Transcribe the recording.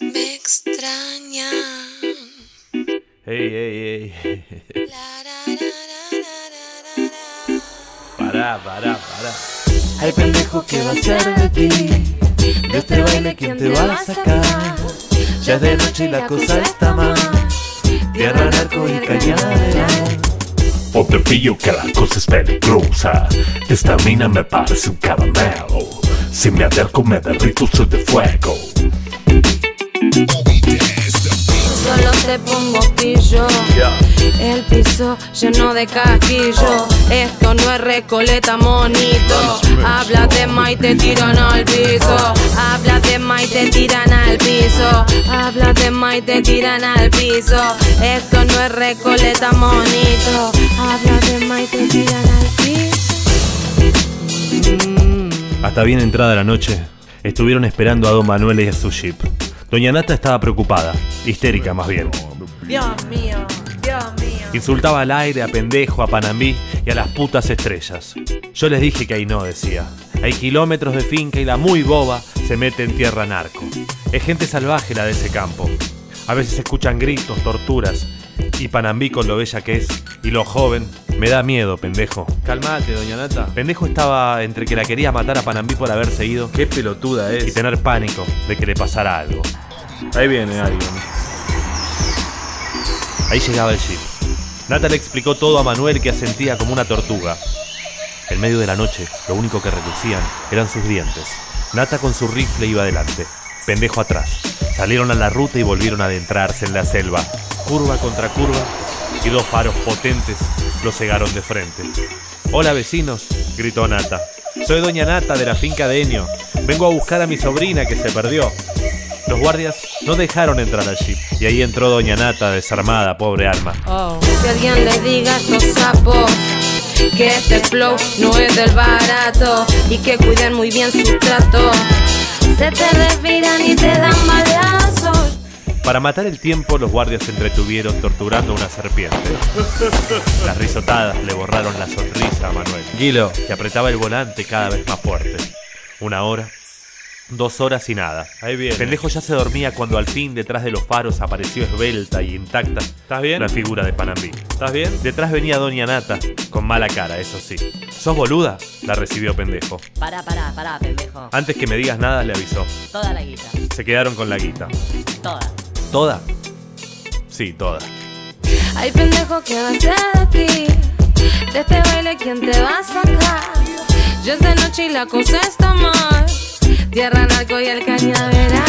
Me extrañan. Ey, ey, ey. La, ra, ra, ra, ra, ra, ra, ra. Pará, pará, pará. Ay, pendejo, ¿qué va a ser de ti? De este baile, ¿quién te va a sacar? Ya es de noche y la cosa está mal. Tierra, narco y cañadera. O te pillo que la cosa es peligrosa. Esta mina me parece un caramelo. Si me acerco me derrito, soy de fuego. Solo te pongo pillo. El piso lleno de casquillo. Esto no es recoleta, monito. Habla de ma y te tiran al piso. Habla de ma y te tiran al piso. Habla de ma y te tiran al piso. Esto no es recoleta, monito. Habla de ma y te tiran al piso. Hasta bien entrada la noche, estuvieron esperando a don Manuel y a su jeep. Doña Nata estaba preocupada, histérica más bien. Dios mío, Dios mío. Insultaba al aire, a pendejo, a Panambí y a las putas estrellas. Yo les dije que ahí no, decía. Hay kilómetros de finca y la muy boba se mete en tierra narco. Es gente salvaje la de ese campo. A veces se escuchan gritos, torturas. Y Panambí con lo bella que es y lo joven. Me da miedo, pendejo. Calmate, doña Nata. Pendejo estaba entre que la quería matar a Panambí por haberse ido Qué pelotuda y es. tener pánico de que le pasara algo. Ahí viene alguien. Ahí llegaba el jeep. Nata le explicó todo a Manuel que asentía como una tortuga. En medio de la noche, lo único que relucían eran sus dientes. Nata con su rifle iba adelante, pendejo atrás. Salieron a la ruta y volvieron a adentrarse en la selva. Curva contra curva y dos faros potentes lo cegaron de frente. Hola vecinos, gritó Nata. Soy doña Nata de la finca de Enio. Vengo a buscar a mi sobrina que se perdió. Los guardias no dejaron entrar al jeep y ahí entró doña Nata desarmada, pobre alma. Oh. Que alguien les diga a estos sapos que este flow no es del barato y que cuiden muy bien su trato. Se te respiran y te dan balazos. Para matar el tiempo, los guardias se entretuvieron torturando a una serpiente. Las risotadas le borraron la sonrisa a Manuel, Guilo. que apretaba el volante cada vez más fuerte. Una hora, dos horas y nada. Ahí El viene. pendejo ya se dormía cuando al fin detrás de los faros apareció esbelta y intacta ¿Estás bien? la figura de Panambí. ¿Estás bien? Detrás venía Doña Nata, con mala cara, eso sí. ¿Sos boluda? La recibió pendejo. Pará, pará, pará, pendejo. Antes que me digas nada, le avisó. Toda la guita. Se quedaron con la guita. Toda. ¿Toda? Sí, toda. Ay, pendejo, ¿qué va a ser de ti? De este baile, ¿quién te va a sacar? Yo es de noche y la cosa está mal. Tierra, narco y el cañaveral.